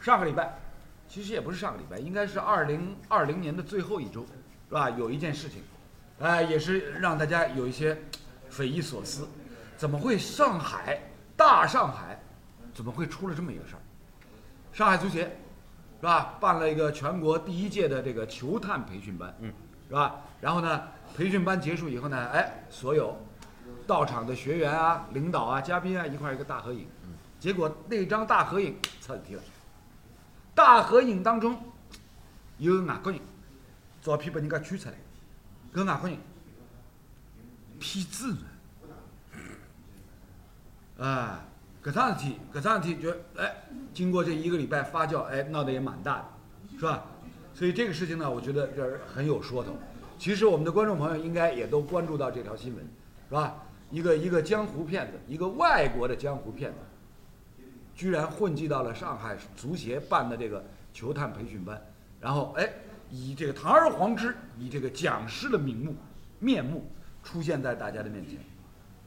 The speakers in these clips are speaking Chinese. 上个礼拜，其实也不是上个礼拜，应该是二零二零年的最后一周，是吧？有一件事情，呃，也是让大家有一些匪夷所思，怎么会上海大上海，怎么会出了这么一个事儿？上海足协，是吧？办了一个全国第一届的这个球探培训班，嗯，是吧？然后呢，培训班结束以后呢，哎，所有到场的学员啊、领导啊、嘉宾啊一块儿一个大合影，结果那张大合影，擦题了。大合影当中有外国人，照片被人家圈出来，搿外国人骗子呢？啊，搿桩事体，搿桩事体就哎，经过这一个礼拜发酵，哎，闹得也蛮大的，是吧？所以这个事情呢，我觉得这儿很有说头。其实我们的观众朋友应该也都关注到这条新闻，是吧？一个一个江湖骗子，一个外国的江湖骗子，居然混迹到了上海足协办的这个球探培训班，然后哎，以这个堂而皇之，以这个讲师的名目面目出现在大家的面前，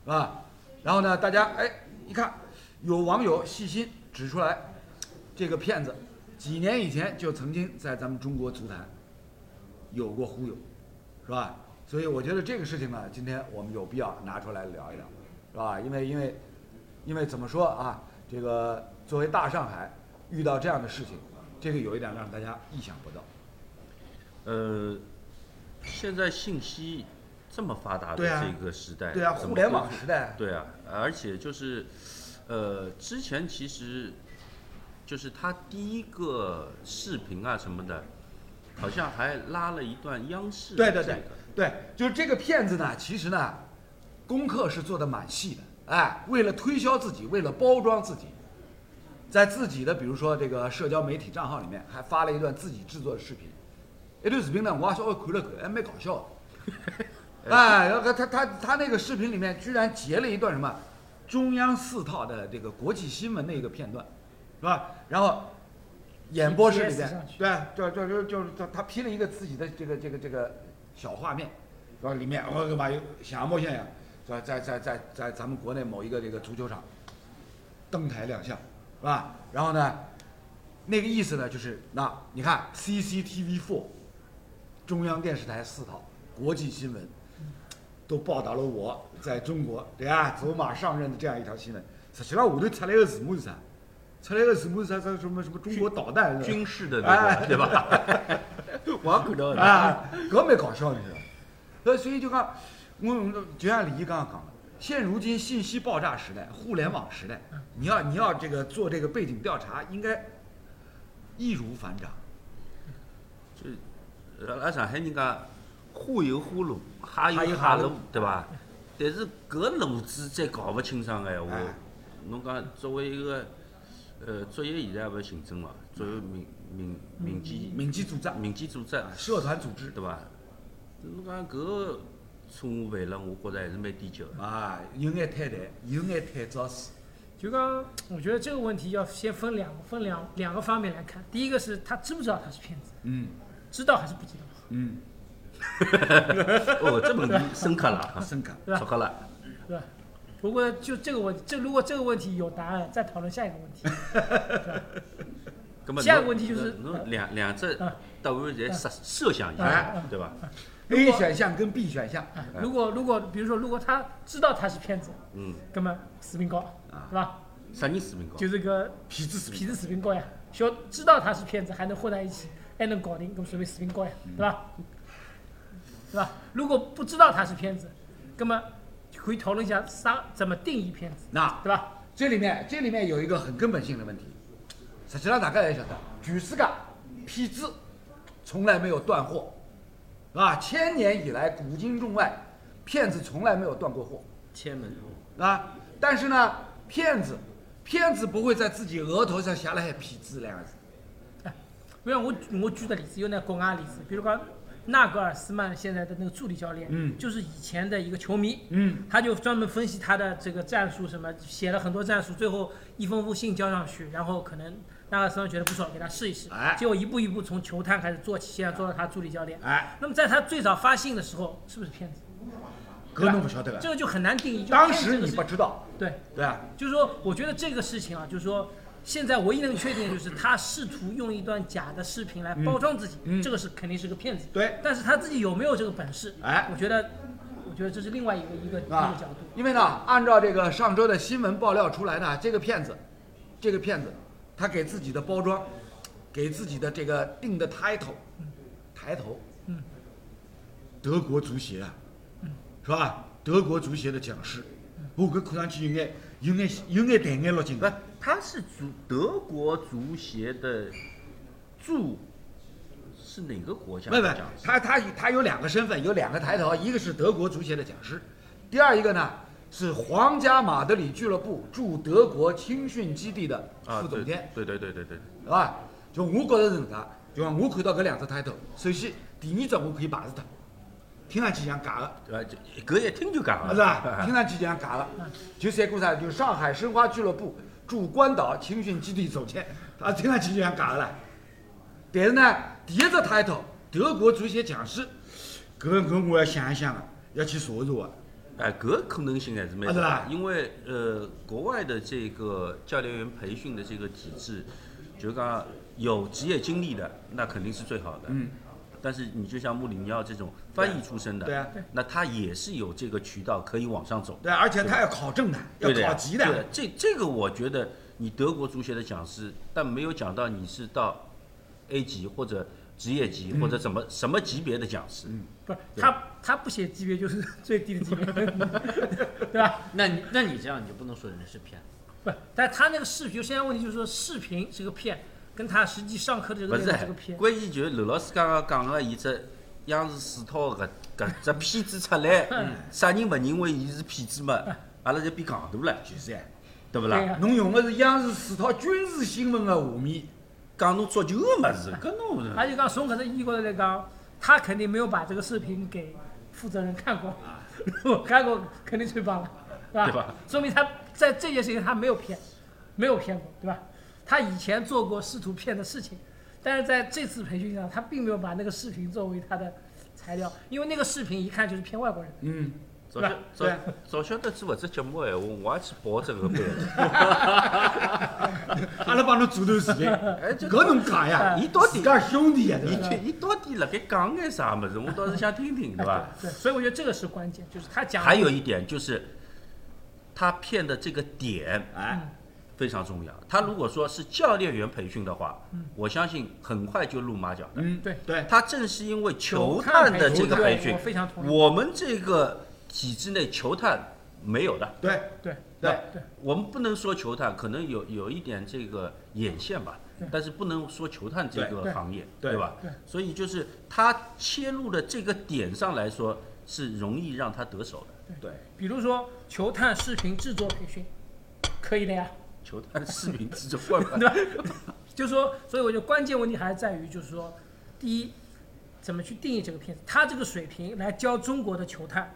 是吧？然后呢，大家哎一看，有网友细心指出来，这个骗子几年以前就曾经在咱们中国足坛有过忽悠，是吧？所以我觉得这个事情呢，今天我们有必要拿出来聊一聊，是吧？因为因为因为怎么说啊，这个作为大上海遇到这样的事情，这个有一点让大家意想不到。呃，现在信息这么发达的对啊这个时代，对啊，哎怎互么联会网时代，对啊，而且就是，呃，之前其实就是他第一个视频啊什么的，好像还拉了一段央视的对对这对个对，就是这个骗子呢，其实呢，功课是做的蛮细的，哎，为了推销自己，为了包装自己，在自己的比如说这个社交媒体账号里面还发了一段自己制作的视频，那段视频呢，我也稍微看了看，还蛮搞笑 的。哎，然后他他他那个视频里面居然截了一段什么中央四套的这个国际新闻的一个片段，是吧？然后演播室里 PS 边上，去对，就就就就是他他拼了一个自己的这个这个这个小画面，然后里面我把想模像样，在在在在在咱们国内某一个这个足球场登台亮相，是吧？然后呢，那个意思呢就是，那你看 CCTV Four 中央电视台四套国际新闻都报道了我在中国对吧走马上任的这样一条新闻。实际上，下头出来个字幕是啥？出来个字幕是啥？啥什么什么中国导弹是吧军事的那哎个，对吧？ 我也看到了，啊，搿蛮搞笑的，你知道。呃，所以就讲，我我就像李毅刚刚讲的，现如今信息爆炸时代、互联网时代，你要你要这个做这个背景调查，应该易如反掌。就呃拉上海人家忽悠忽弄，哈哈悠悠哈哈弄弄，对吧？但是搿路子再搞勿清爽个闲话哎，侬讲作为一个呃足协现在也勿是行政嘛，作为民民民间民间组织、民间组啊织，啊哦社团组织对伐？侬讲搿个错误犯了，我觉着还是蛮低级个。啊，有眼太淡，有眼太早死。就刚，我觉得这个问题要先分两分两两个方面来看。第一个是他知不知道他是骗子，嗯知道还是不知道，嗯， 哦，这问题深刻了 啊，深刻。对吧深刻了。对吧？如果就这个问题，这如果这个问题有答案，再讨论下一个问题。葛末下一个侬问题就是侬侬两两只啊答案侪设设想一哎下，对伐？ A 选项跟 B 选项啊如果如果比如说，如果他知道他是骗子，嗯，那么死命告，对吧？啥人水平高？就是个痞子死痞子死命告呀，小知道他是骗子还能混在一起，还能搞定，那么随便死命告呀，对吧？对吧？如果不知道他是骗子，那么可以讨论一下啥怎么定义骗子，那对吧？这里面这里面有一个很根本性的问题，实际上大家也晓得，全世界痞子从来没有断货，啊，千年以来古今中外，骗子从来没有断过货天安门，啊。但是呢，骗子骗子不会在自己额头上写了“痞子”两个字，不像我举我举的例子，有那国外的例子，比如讲纳格尔斯曼现在的那个助理教练，嗯就是以前的一个球迷，嗯，他就专门分析他的这个战术，什么写了很多战术，最后一封封信交上去，然后可能纳格尔斯曼觉得不爽，给他试一试，哎结果一步一步从球探开始做起，现在做到他助理教练。哎，那么在他最早发信的时候，是不是骗子？搿侬勿晓得这个。个就很难定义。就当骗子时这个你事不知道，对，对吧？就是说，我觉得这个事情啊，就是说，现在唯一能确定的就是他试图用一段假的视频来包装自己，嗯嗯这个是肯定是个骗子。对，但是他自己有没有这个本事？哎我觉得，我觉得这是另外一个一个一个啊角度。，因为呢，按照这个上周的新闻爆料出来呢，这个骗子，这个骗子，他给自己的包装，给自己的这个定的 title，抬头，嗯，德国足协啊，是吧？德国足协的讲师，哦我搿看上去有眼有眼有眼淡眼落进不来，，他是足德国足协的驻是哪个国家不的不讲？，他他他有两个身份，有两个抬头，一个是德国足协的讲师，第二一个呢是皇家马德里俱乐部驻德国青训基地的啊，副总监。对对对对对对，是吧？就我觉着是搿能介，就讲我看到搿两只 title，首先第二只我可以排除脱，听上去像假的，对吧？就隔一听就讲了，啊啊是 吧？听上去像假的，就三股啥？就上海申花俱乐部驻关岛青训基地总监，啊，听上去就像假的啦。但是呢，第一只 title 德国足协讲师，搿搿我要想一想啊，要去查一查啊。哎，搿可能性还是蛮啊是吧大，因为呃，国外的这个教练员培训的这个体制，就讲有职业经历的，那肯定是最好的。嗯。但是你就像穆里尼奥这种翻译出身的，对啊对那他也是有这个渠道可以往上走，对，而且他要考证的，要对的呀考级的对。的，这这个我觉得你德国足协的讲师，但没有讲到你是到 A 级或者职业级或者嗯怎么什么级别的讲师。不是对他他不写级别就是最低的级别， 对吧？那你那你这样你就不能说人家是骗子。不，但他那个视频，现在问题就是说视频是个骗，跟他实际上课的这个不内是容是个骗，。关键就是刘老师刚刚讲个，伊只央视四套搿搿只片子出嗯来， 啥人勿认为伊是骗子嘛？阿拉就变戆大了，就是嗯呀，对勿对啦呀？侬用的是央视四套军事新闻的画面。讲侬足球个物事，搿侬而且讲从搿只意义高头来讲，他肯定没有把这个视频给负责人看过，如果看过肯定 吹帮了，对吧？啊对吧说明他在这件事情他没有骗，没有骗过，对吧？他以前做过试图骗的事情，但是在这次培训上，他并没有把那个视频作为他的材料，因为那个视频一看就是骗外国人的。嗯。早对晓吧 早对啊早晓得做搿只节目的闲话，我也去报这个 班。阿拉帮侬做段视频，哎，就搿侬讲呀，伊到自底家兄弟呀，对伊伐？就伊到底辣盖讲眼啥物事？我倒是想听听，对伐？对，所以我觉得这个是关键，就是他讲还有一点就是，他骗的这个点嗯哎，非常重要。他如果说是教练员培训的话，嗯我相信很快就露马脚的。嗯，对对，他正是因为球球探探的这个培培训训我非常，同意我们这个体制内球探没有的。对对对对我们不能说球探，可能有有一点这个眼线吧对，但是不能说球探这对个行业，对吧对？所以就是他切入的这个点上来说，是容易让他得手的。对，比如说球探视频制作培训，可以的呀。球探视频制作怪不得对吧？就是说，所以我觉得关键问题还是在于，就是说，第一，怎么去定义这个片子？他这个水平来教中国的球探，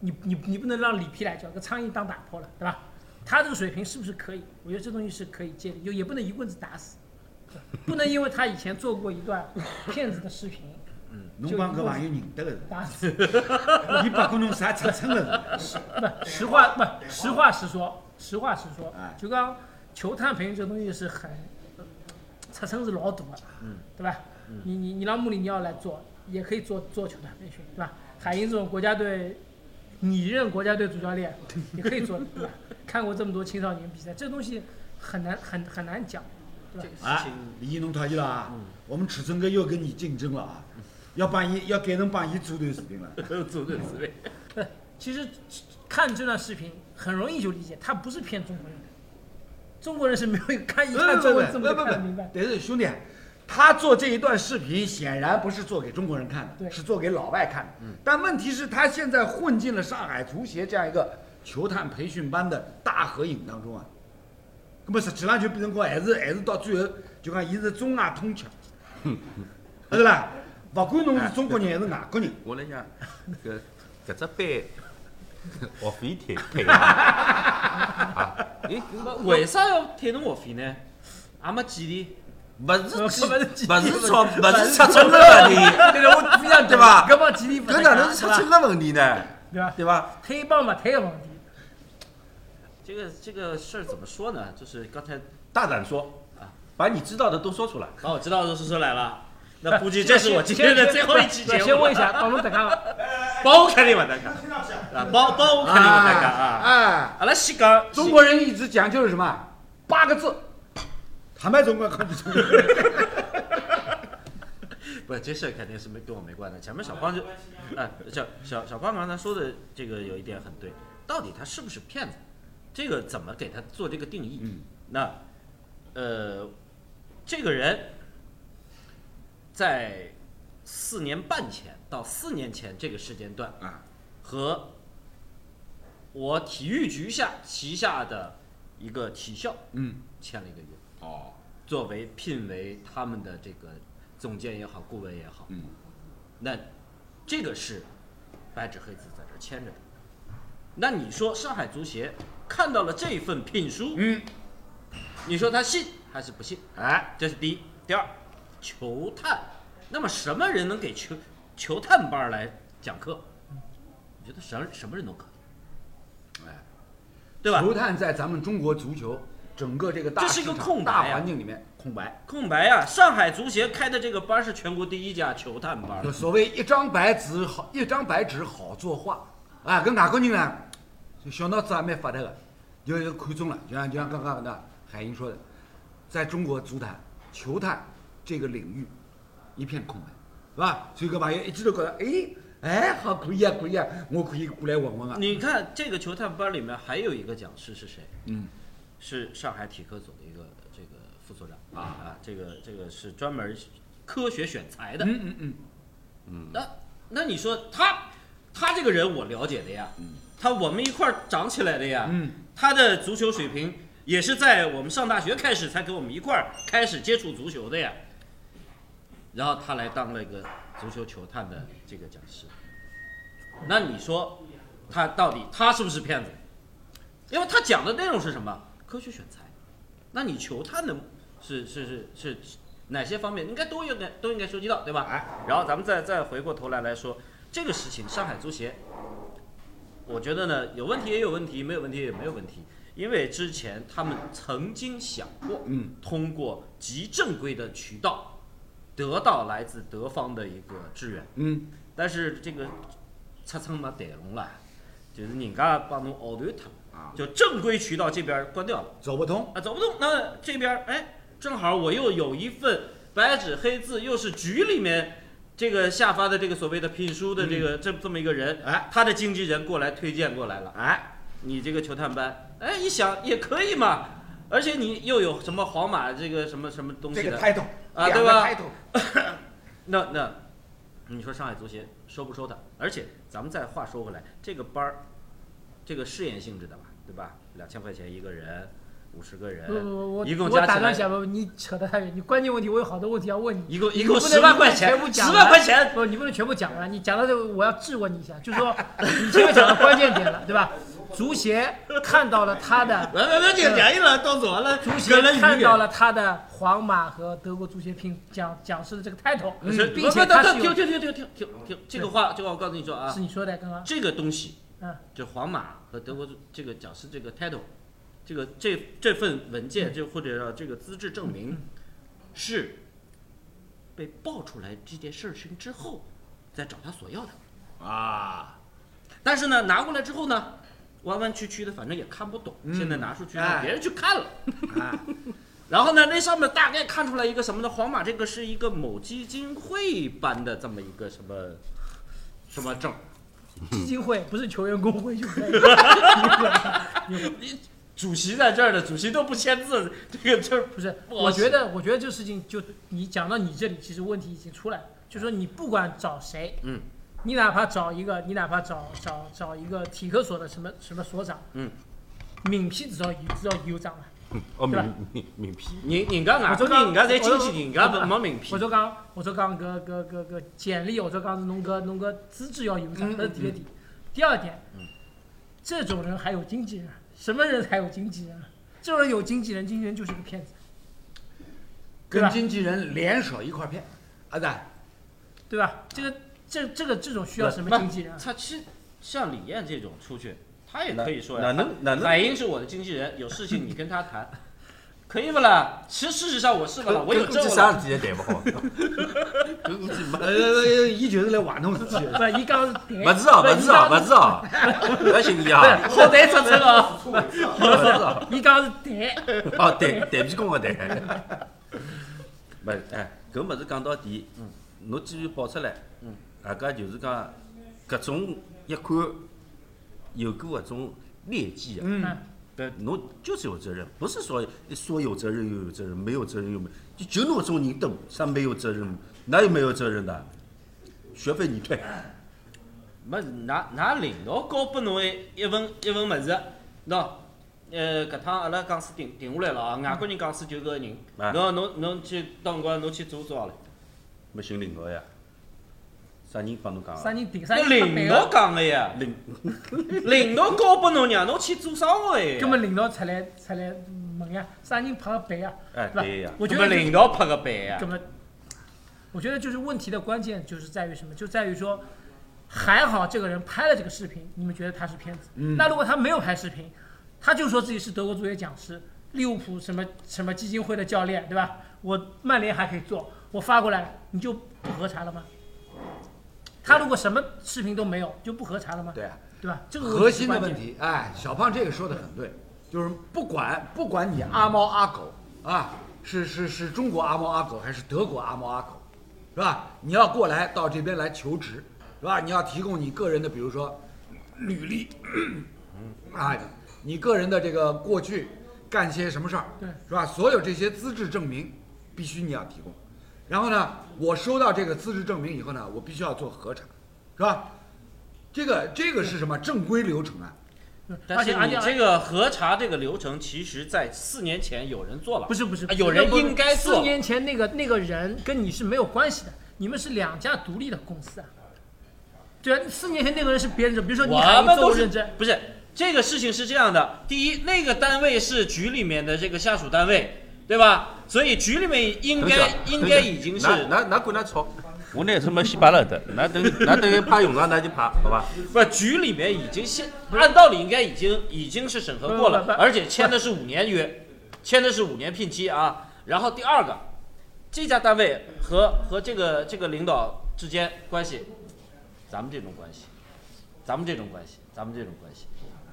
你你你不能让里皮来教，给苍蝇当打破了，对吧？他这个水平是不是可以？我觉得这东西是可以建立，就也不能一棍子打死，不能因为他以前做过一段骗子的视频侬帮搿朋友认得个是打 死。伐，伊把跟侬啥尺寸个是伐？实话不，实话实说，实话实说哎，就讲球探培训这个东西是很，尺寸是老大的，嗯对吧？你你你让穆里尼奥来做，也可以做做球探培训，对吧？海鹰这种国家队拟任国家队主教 练也可以做，对吧？看过这么多青少年比赛，这东西很难很很难讲，对吧？哎 啊，李毅侬同意了啊？我们尺寸哥又跟你竞争了啊，要帮伊要改成帮伊做段视频了。做对思维。对，其实看这段视频很容易就理解，他不是骗中国人的，中国人是没有看一看中文字不嗯幕不就不看得明白不，。但是兄弟，他做这一段视频显然不是做给中国人看的，对是做给老外看的。但问题是，他现在混进了上海足协这样一个球探培训班的大合影当中啊，那么实际上就变成讲还是还是到最后就讲伊是中外通吃，是不啦？不管侬是中国人还是外国人，我来讲，搿搿只班 学费退退了。啊，哎，为啥要退侬学费呢？也没几例。勿是几，不是勿几是钞，勿是尺寸的问题，对了，我不想对吧搿帮吉利不搿哪能是尺寸的问题呢？对吧？对伐？推帮嘛，推个问题。这个这个事儿怎么说呢？就是刚才大胆说，把你知道的都说出来。把我知道的说出来 了，那估计这是我今天的最后一期节目。先问一下，广东大家伐？包肯定勿得讲，啊，包包肯定勿得讲啊。哎，阿拉先讲中国人一直讲究是什么？八个字，坦白从宽，宽从中。不，这事肯定是没跟我没关的。前面小胖就，哎，小小小胖刚才说的这个有一点很对，到底他是不是骗子，这个怎么给他做这个定义？嗯那，呃，这个人在四年半前到四年前这个时间段啊，和我体育局下旗下的一个体校嗯，签了一个约，哦，作为聘为他们的这个总监也好，顾问也好，嗯，那这个是白纸黑字在这儿签着的。那你说上海足协看到了这份聘书，嗯，你说他信还是不信？哎，这是第一。第二，球探，那么什么人能给球球探班儿来讲课？我觉得什么什么人都可以，哎，对吧？球探在咱们中国足球整个这个大这是市个场空白啊大呀环境里面空白。空白呀、上海足协开的这个班儿是全国第一家球探班儿就，所谓一张白纸好，一张白纸好作画啊，跟外国人呢，就小脑子还蛮发达的，就是看中了，就像就像刚刚那海英说的，在中国足坛、球坛这个领域一片空白，是吧？所以搿朋友一记头觉得，哎哎，好可以啊，可以啊，我可以过来混混啊。你看这个球探班儿里面还有一个讲师是谁？嗯，是上海体科组的一个这个副所长啊这个这个是专门科学选材的。嗯嗯嗯，那那你说他他这个人我了解的呀，他我们一块儿长起来的呀，嗯他的足球水平也是在我们上大学开始才跟我们一块儿开始接触足球的呀。然后他来当了一个足球球探的这个讲师，那你说他到底他是不是骗子？因为他讲的内容是什么？科学选材。那你球探的是是是是哪些方面应该都应该都应该收集到，对吧？哎然后咱们再再回过头来来说这个事情，上海足协，我觉得呢有问题也有问题，没有问题也没有问题，因为之前他们曾经想过，嗯，通过极正规的渠道得到来自德方的一个支援，嗯，但是这个出蹭没逮拢了，就是人家帮侬熬断脱啊了，就正规渠道这边关掉了。走不通，啊，走不动。那这边儿哎，正好我又有一份白纸黑字，又是局里面这个下发的这个所谓的聘书的这个、这这么一个人，哎，他的经纪人过来推荐过来了，哎，你这个球探班，哎，一想也可以嘛。而且你又有什么皇马这个什么什么东西的，态度啊对吧度，那那你说上海足协收不收他？而且咱们再话说回来，这个班儿，这个试验性质的吧，对吧？两千块钱一个人，五十个人，不 不不，我一共我加打起来断一下，不，你扯得太远。你关键问题，我有好多问题要问你。一共一你共不十能万一块共全钱部，十讲万完块钱。不，你不能全部讲完，你讲到这个，我要质问你一下，就是说你前面讲到关键点了，对吧？足协看到了他的完完完，这个讲一了，到走完了，嗯足隔协了一看个到了他的皇马和德国足协评讲讲师的这个 title，月是嗯并不且不他嗯不是停有停停停停停停，这个话这个话我告诉你说啊是，你说的刚刚，这个东西嗯，就皇马和德国这个讲师这个 title，这个这这份文件就或者叫这个资质证明，是被爆出来这件事情之后，再找他索要的。啊，但是呢，拿过来之后呢，弯弯曲曲的，反正也看不懂。现在拿出去让哎别人去看了。哎 然后呢，那上面大概看出来一个什么呢？皇马这个是一个某基金会颁的这么一个什么什么证，基金会不是球员工会就可以。主席在这儿呢，主席都不签字，这个证不是，不好我使觉得，我觉得这事情就你讲到你这里，其实问题已经出来了，就说你不管找谁，嗯，你哪怕找一个，你哪怕找找找一个体科所的什么什么所长，嗯，名批至少有至少有长吧。哦，对吧敏敏敏批，人人家我外说国刚，人，人家侪经纪人，人家我说不没名片我。说刚，我说刚搿搿搿搿简历，我说刚是侬搿侬搿资质要有嗯长，搿是第一点。第二点，这种人还有经纪人，什么人才有经纪人啊？这种人有经纪人，经纪人就是个骗子，对跟吧经纪人联手一块儿骗，啊对，对吧？这个这这个这种需要什么经纪人啊？他其实像李艳这种出去，他也可以说呀，哎哪能哪能海英是我的经纪人，有事情你跟他谈。 可以不啦？其实事实上我是不啦，我有估计证不啥啦？事体也谈不 好，搿估计呃，没。呃一群人来玩弄自己，不，伊讲勿知道，勿知道，勿知道，勿信伊啊，好歹出出哦，勿知道，伊讲是谈，哦，对，对屁公个 对，勿哎，搿物事讲到底，嗯侬既然爆出来，大家就是讲搿种一看有过搿种劣迹啊，嗯，侬就是有责任，不是说说有责任又有责任，没有责任又没，就就侬这种人懂，啥没有责任，哪有没有责任的？学费你退，没拿拿领导交拨侬一一份一份物事，喏，呃，搿趟阿拉讲师定定下来了嗯啊，外国人讲师就搿个人，啊侬侬侬去到辰光侬去做做好了。没寻领导呀？啥人帮侬讲啥啊？人定，啥那人领导讲，讲的呀，领领导交拨侬让侬啊去做生活的呀。葛末领导出来出来问呀，啥人拍个板呀？哎是吧对呀啊我觉葛末得就是领导拍个板呀那，么，我觉得就是问题的关键就是在于什么？就在于说，还好这个人拍了这个视频，你们觉得他是骗子。嗯那如果他没有拍视频，他就说自己是德国足协讲师、利物浦什么什么基金会的教练，对吧？我曼联还可以做，我发过来你就不核查了吗？他如果什么视频都没有，就不核查了吗？对啊。对吧？这个核心的问问题题，哎，小胖这个说的很对，就是不管不管你阿猫阿狗啊，是是是中国阿猫阿狗还是德国阿猫阿狗，是吧？你要过来到这边来求职，是吧？你要提供你个人的，比如说履历，啊，你个人的这个过去干些什么事儿，对是吧？所有这些资质证明必须你要提供。然后呢，我收到这个资质证明以后呢，我必须要做核查，是吧？这个这个是什么正规流程啊？关键，嗯但而是且而你且这个核查这个流程，其实在四年前有人做了，不是不是啊，有人应该四做。年前那个那个人跟你是没有关系的，你们是两家独立的公司啊。对啊，四年前那个人是别人的，比如说你我喊们你做都我是认真，不是这个事情是这样的：第一，那个单位是局里面的这个下属单位，对吧？所以局里面应该应该已经是哪哪哪管他吵，我拿什么先摆了的，那等哪等于怕用 场，那就怕，好吧？不局里面已经现按道理应该已经已经是审核过不了不不，不而且签的是五年约，签的是五年聘期啊。然后第二个，这家单位和和这个这个领导之间关系，咱们这种关系，咱们这种关系，咱们这种关系。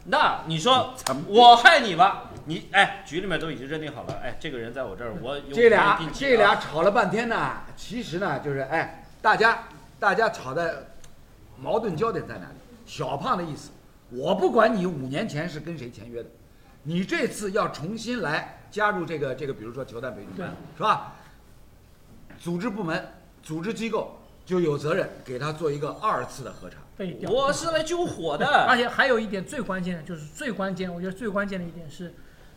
那你说我害你吧？你哎，局里面都已经认定好了，哎，这个人在我这儿，我有这五俩年聘期啊这俩吵了半天呢，其实呢就是哎，大家大家吵的矛盾焦点在哪里？小胖的意思，我不管你五年前是跟谁签约的，你这次要重新来加入这个这个，比如说球探培训班，是吧？组织部门、组织机构就有责任给他做一个二次的核查。被调。我是来救火而的，且还有一点最关键的，就是最关键，我觉得最关键的一点是，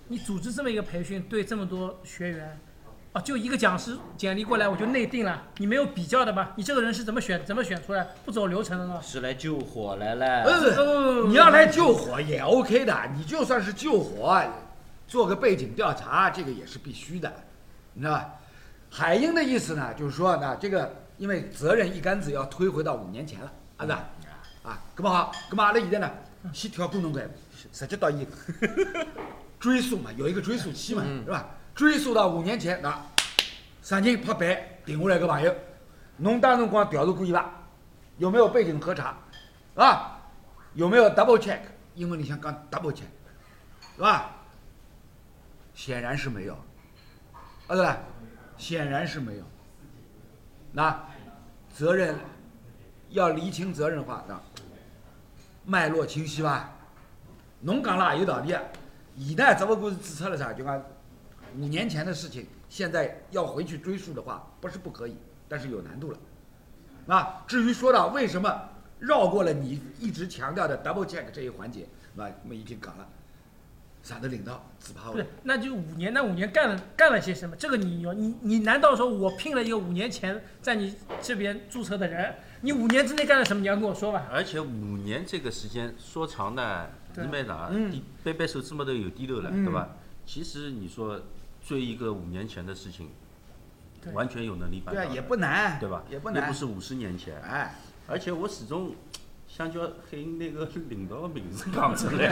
你组织这么一个培训，对这么多学员，啊，就一个讲师简历过来我就内定了，你没有比较的吗？你这个人是怎么选，怎么选出来，不走流程的呢？是来救火来了。嗯，你要来救火也 OK 的，你就算是救火，做个背景调查，这个也是必须的，你知道吧？海英的意思呢，就是说呢，这个因为责任一竿子要推回到五年前了，阿子啊，啊，咁么好，咁么阿拉现在呢，先跳过侬搿一步，直接到伊 追溯嘛，有一个追溯期嘛，是吧？追溯到五年前，那啥人拍板定下来个朋友，侬当辰光调查过伊伐？有没有背景核查？啊，有没有 double check？英文里向讲 double check，是吧？显然是没有，啊对吧？显然是没有。那责任要厘清责任的话，那脉络清晰吧？侬讲了也有道理啊。现在只不过是指出了啥，就讲五年前的事情，现在要回去追溯的话，不是不可以，但是有难度了。啊，至于说到为什么绕过了你一直强调的 double check 这一环节，那我们已经讲了，啥的领导只怕不我是，那就五年，那五年干了干了些什么？这个你有你你难道说我聘了一个五年前在你这边注册的人，你五年之内干了什么？你要跟我说吧。 而且五年这个时间说长呢，对你蛮长，嗯你掰掰手指头有点头了，对吧？其实你说追一个五年前的事情对，完全有能力办对啊，到的，也不难，对吧？也不又难不，是五十年前，哎，而且我始终想叫黑那个领导的名字讲出来。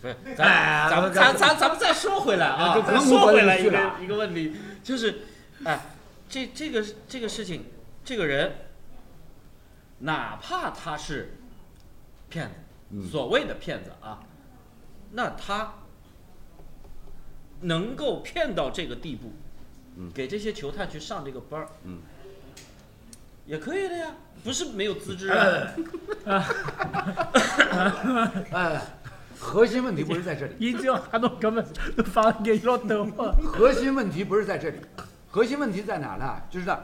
不是，哎咱咱们咱咱咱咱们再说回来啊这，咱不用说回管来你一去个了一个问题，就是，哎，这这个这个事情，这个人，哪怕他是骗嗯子，所谓的骗子啊，那他能够骗到这个地步，嗯给这些球探去上这个班儿，嗯也可以的呀，不是没有资质呃啊，哎，核心问题不是在这里，伊只要他侬搿么侬放眼要抖啊，核心问题不是在这里，核心问题在哪儿呢？就是呢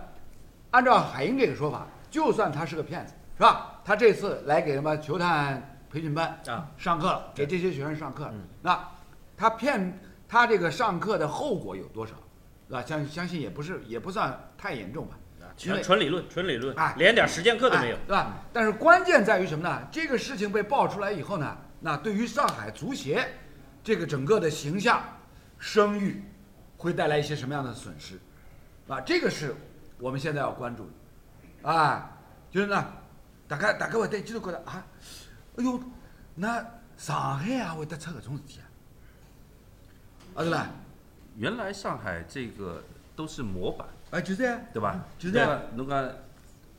按照海英这个说法，就算他是个骗子，是吧？他这次来给什么球探培训班啊上课了，给这些学生上课了，那他骗他这个上课的后果有多少？啊，相相信也不是也不算太严重吧，因为全纯理论，纯理论哎，连点实践课都没有哎。对吧？但是关键在于什么呢？这个事情被爆出来以后呢，那对于上海足协这个整个的形象、声誉，会带来一些什么样的损失？啊，这个是我们现在要关注的，啊，就是呢，大家大家会对就是觉得啊，哎哟，那上海也会得出搿种事体啊，啊对啦，原来上海这个都是模板，哎就这样，对吧？就这样那么侬讲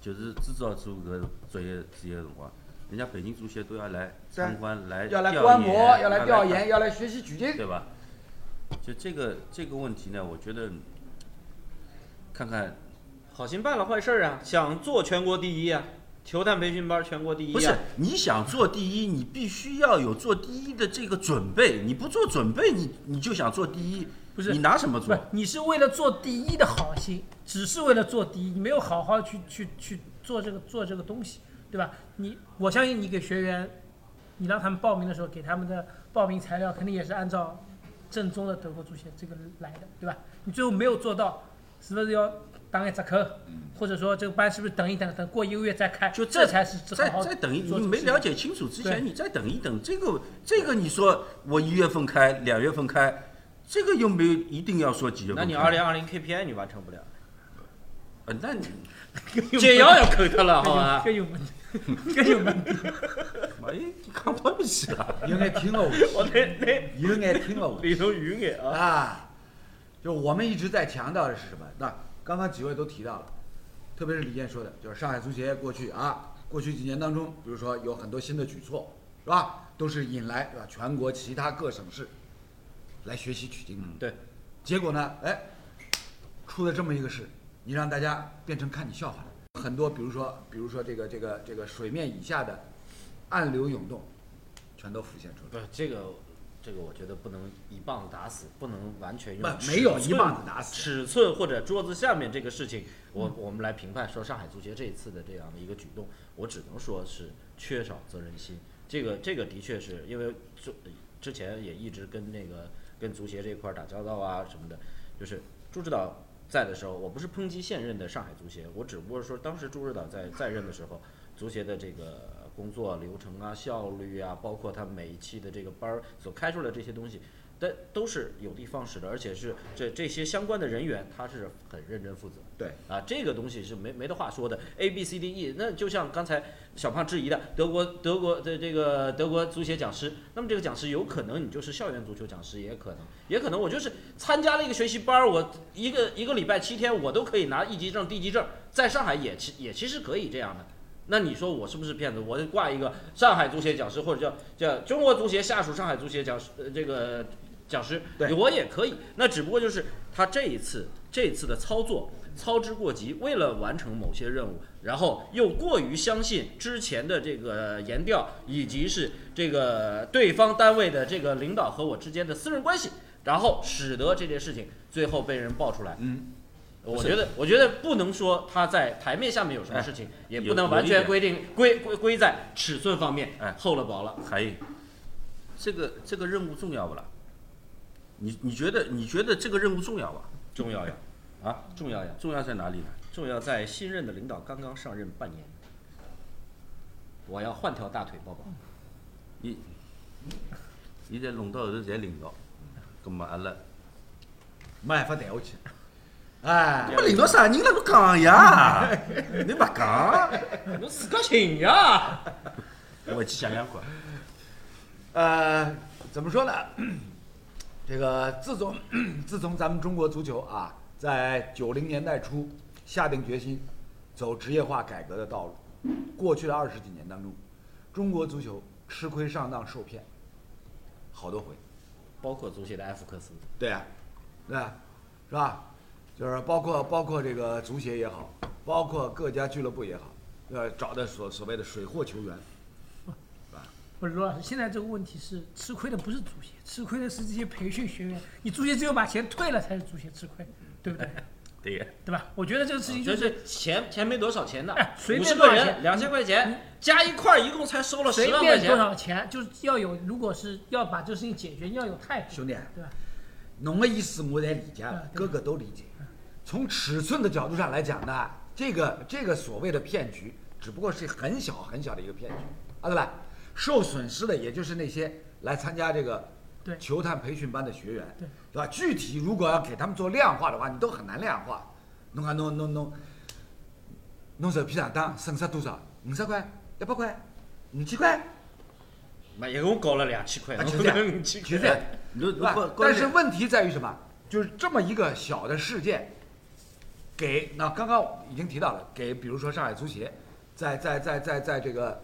就是制造出搿专业职业的辰光，人家北京足协都要来对啊参观，来要来调观研摩，要来调研，，要来学习取经，对吧？就这个这个问题呢，我觉得看看好心办了坏事儿啊！想做全国第一啊，球探培训班全国第一、啊。不是，你想做第一，你必须要有做第一的这个准备，你不做准备，你你就想做第一，不是你拿什么不做是？你是为了做第一的好心，只是为了做第一，你没有好好去去去做这个做这个东西，对吧？你我相信你给学员，你让他们报名的时候给他们的报名材料肯定也是按照正宗的德国足协这个来的，对吧？你最后没有做到，是不是要打点折扣？或者说这个班是不是等一等，等过一个月再开？就这再才是好再好再等一，做你这个没事情了解清楚之对前，你再等一等。这个这个，你说我一月份开，两月份开，这个又没有一定要说几月份那开。你二零二零 KPI 你完成不 了，呃，那你解药要扣他了，好吧？ 更有问题，更有问题。哎，你看不东西了。应该听了我，我那那应该听了我。里头语眼啊，啊，就我们一直在强调的是什么？那刚刚几位都提到了，特别是李健说的，就是上海足协过去啊，过去几年当中，比如说有很多新的举措，是吧？都是引来对吧全国其他各省市来学习取经的。对，结果呢，哎，出了这么一个事，你让大家变成看你笑话了。很多，比如说，比如说这个这个这个水面以下的暗流涌动，全都浮现出来。不是这个。这个我觉得不能一棒子打死，不能完全用不没有尺一寸棒子打死嗯尺寸或者桌子下面这个事情，我我们来评判说上海足协这一次的这样的一个举动，我只能说是缺少责任心。这个这个的确是因为之之前也一直跟那个跟足协这一块儿打交道啊什么的，就是朱指导在的时候，我不是抨击现任的上海足协，我只不过是说当时朱指导在在任的时候，足协的这个工作流程啊、效率啊，包括他每一期的这个班儿所开出来的这些东西，但都是有的放矢的，而且是这这些相关的人员他是很认真负责。对啊，这个东西是没没得话说的。A B C D E，那就像刚才小胖质疑的，德国德国的这个德国足协讲师，那么这个讲师有可能你就是校园足球讲师，也可能也可能我就是参加了一个学习班儿，我一个一个礼拜七天，我都可以拿一级证、D 级证，在上海也其也其实可以这样的。那你说我是不是骗子？我就挂一个上海足协讲师，或者叫叫中国足协下属上海足协讲师，呃，这个讲师，对我也可以。那只不过就是他这一次这一次的操作操之过急，为了完成某些任务，然后又过于相信之前的这个言调，以及是这个对方单位的这个领导和我之间的私人关系，然后使得这件事情最后被人爆出来。嗯。我觉得，我觉得不能说他在台面下面有什么哎事情，也不有能有完一全点归定归归归在尺寸方面，哎厚了薄了。海英，这个这个任务重要不啦？你你觉得你觉得这个任务重要吧？重要呀，啊，重要呀，重要在哪里呢？重要在新任的领导刚刚上任半年，我要换条大腿抱抱。伊伊在弄到后头侪领导，葛末阿拉没办法带下去。哎，我领导啥人了？侬讲呀， 你勿讲，侬自个请呀！我去想想看。呃，怎么说呢？ 这个自从 自从咱们中国足球啊，在九零年代初下定决心走职业化改革的道路，过去的二十几年当中，中国足球吃亏上当受骗，好多回。包括足协的埃弗克斯，对啊，对啊，是吧？就是包括包括这个足协也好，包括各家俱乐部也好，呃，找的所所谓的水货球员，不是罗老师，现在这个问题是吃亏的不是足协，吃亏的是这些培训学员。你足协只有把钱退了，才是足协吃亏，对不对？对个，对吧？我觉得这个事情就嗯啊就是是钱钱没多少钱的哎，随五便十多个少钱人两千块钱嗯加一块儿，一共才收了随十万块便多钱。少钱，就是要有，如果是要把这个事情解决，要有态度，兄弟，啊对吧？侬的意思我侪理解啊了，对哥哥都理解。从尺寸的角度上来讲呢，这个这个所谓的骗局，只不过是很小很小的一个骗局，啊对吧？受损失的也就是那些来参加这个对球探培训班的学员，对对吧？具体如果要给他们做量化的话，你都很难量化。啊侬看侬侬侬侬手皮上当损失多少？五十块、一百块、五千块，妈，一共搞了两千块，啊就这样五千就块这样。侬对侬吧光光但是问题在于什么？就是这么一个小的事件，给那刚刚已经提到了，给比如说上海足协，在在在在在这个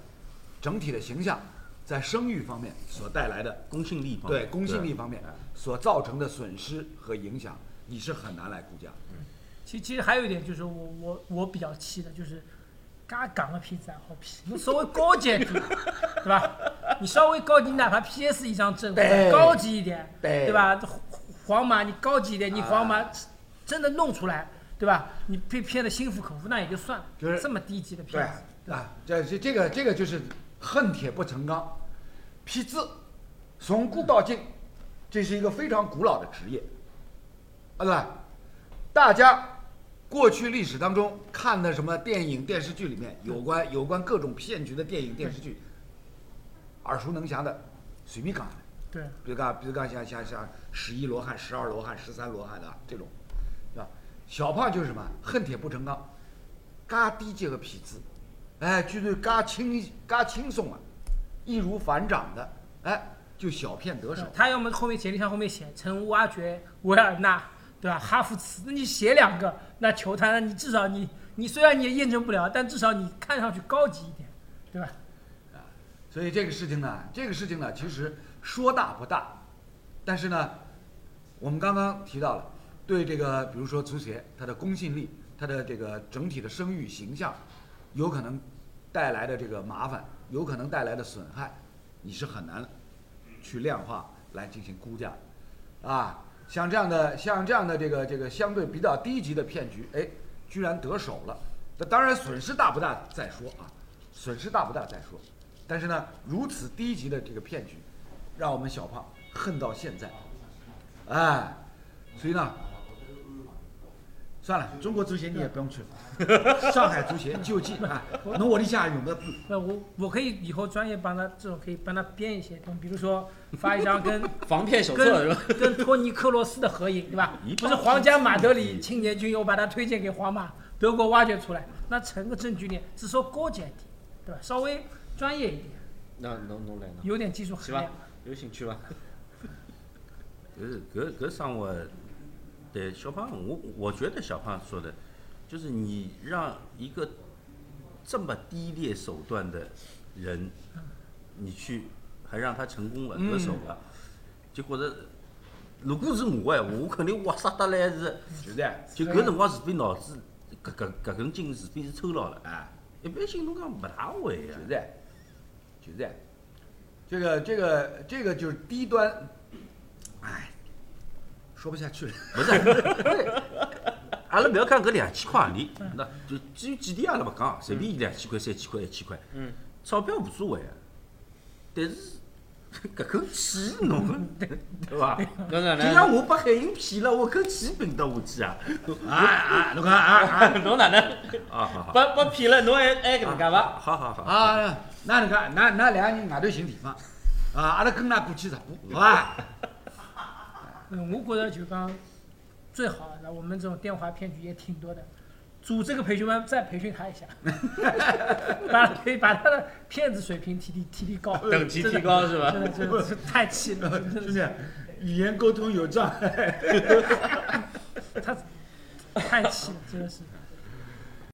整体的形象，在声誉方面所带来的公信力方面对哎公信力方面所造成的损失和影响，你是很难来估价。其其实还有一点就是我我我比较气的就是，嘎港的片子还好骗，你稍微高级一点，对吧？你稍微高级，你哪怕 PS 一张证，对高级一点，对啊吧？这皇皇马你高级一点，你皇马真的弄出来，对吧？你被骗的心服口服那也就算了，就是这么低级的骗对子，对吧？啊，这这这个这个就是恨铁不成钢，痞子，从古到今，这是一个非常古老的职业，啊对吧？大家过去历史当中看的什么电影电视剧里面有关有关各种骗局的电影电视剧，耳熟能详的，随便讲的。对，比如讲，比如讲像像像十一罗汉、十二罗汉、十三罗汉的这种，对吧？小胖就是什么恨铁不成钢，嘎低这个痞子，哎，就是嘎轻嘎轻松啊，易如反掌的，哎，就小骗得手。他要么后面简历上后面写曾挖掘维尔纳，对吧？哈弗茨，那你写两个，那球坛那你至少你你虽然你也验证不了，但至少你看上去高级一点，对吧？所以这个事情呢，这个事情呢，其实说大不大，但是呢，我们刚刚提到了，对这个比如说足协它的公信力、它的这个整体的声誉形象，有可能带来的这个麻烦，有可能带来的损害，你是很难去量化来进行估价的，啊，像这样的像这样的这个这个相对比较低级的骗局，哎，居然得手了，那当然损失大不大再说啊，损失大不大再说，但是呢，如此低级的这个骗局，让我们小胖恨到现在，哎，所以呢。算了，中国足协你也不用去了，上海足协就近啊，侬窝里向用得不？那我我可以以后专业帮他这种可以帮他编一些东西，比如说发一张跟防骗 手册是吧？跟跟托尼克罗斯的合影，对吧一？不是皇家马德里青年军，我把他推荐给皇马，德国挖掘出来，那成个证据链，只说高级一点，对吧？稍微专业一点，那侬侬来呢？有点技术是含吧量。？有兴趣吧？搿搿搿生活，对小胖，我我觉得小胖说的，就是你让一个这么低劣手段的人，你去还让他成功了得手了，嗯就觉着，如果是我哎，我肯定哇塞得来是，就是啊，就搿辰光除非脑子搿搿搿根筋除非是抽牢了，啊，一般性侬讲勿大会就啊。是啊，就是啊，这个这个这个就是低端，哎，说不下去了。不是，阿拉不要讲搿两千块行钿，那就至于几钿阿拉勿讲，随便两千块、三千块、一千块，嗯，钞票无所谓啊。但是搿口气侬，对伐？侬哪就能？像我把海英骗了，我口气并得下去啊！ 啊啊，侬看啊侬哪能？啊，好好，把把骗了，侬哎还还搿能介伐？好好啊 好，啊，那你看，那那两个人外头寻地方，啊，阿拉跟㑚过去直播，好吧？嗯，我觉着就讲最好，那我们这种电话骗局也挺多的，组这个培训班再培训他 一下，把可以把他的骗子水平提提提提高，等级真的提高是吧真的真的是太气了，真的兄弟，语言沟通有障碍。他太气了，真的是。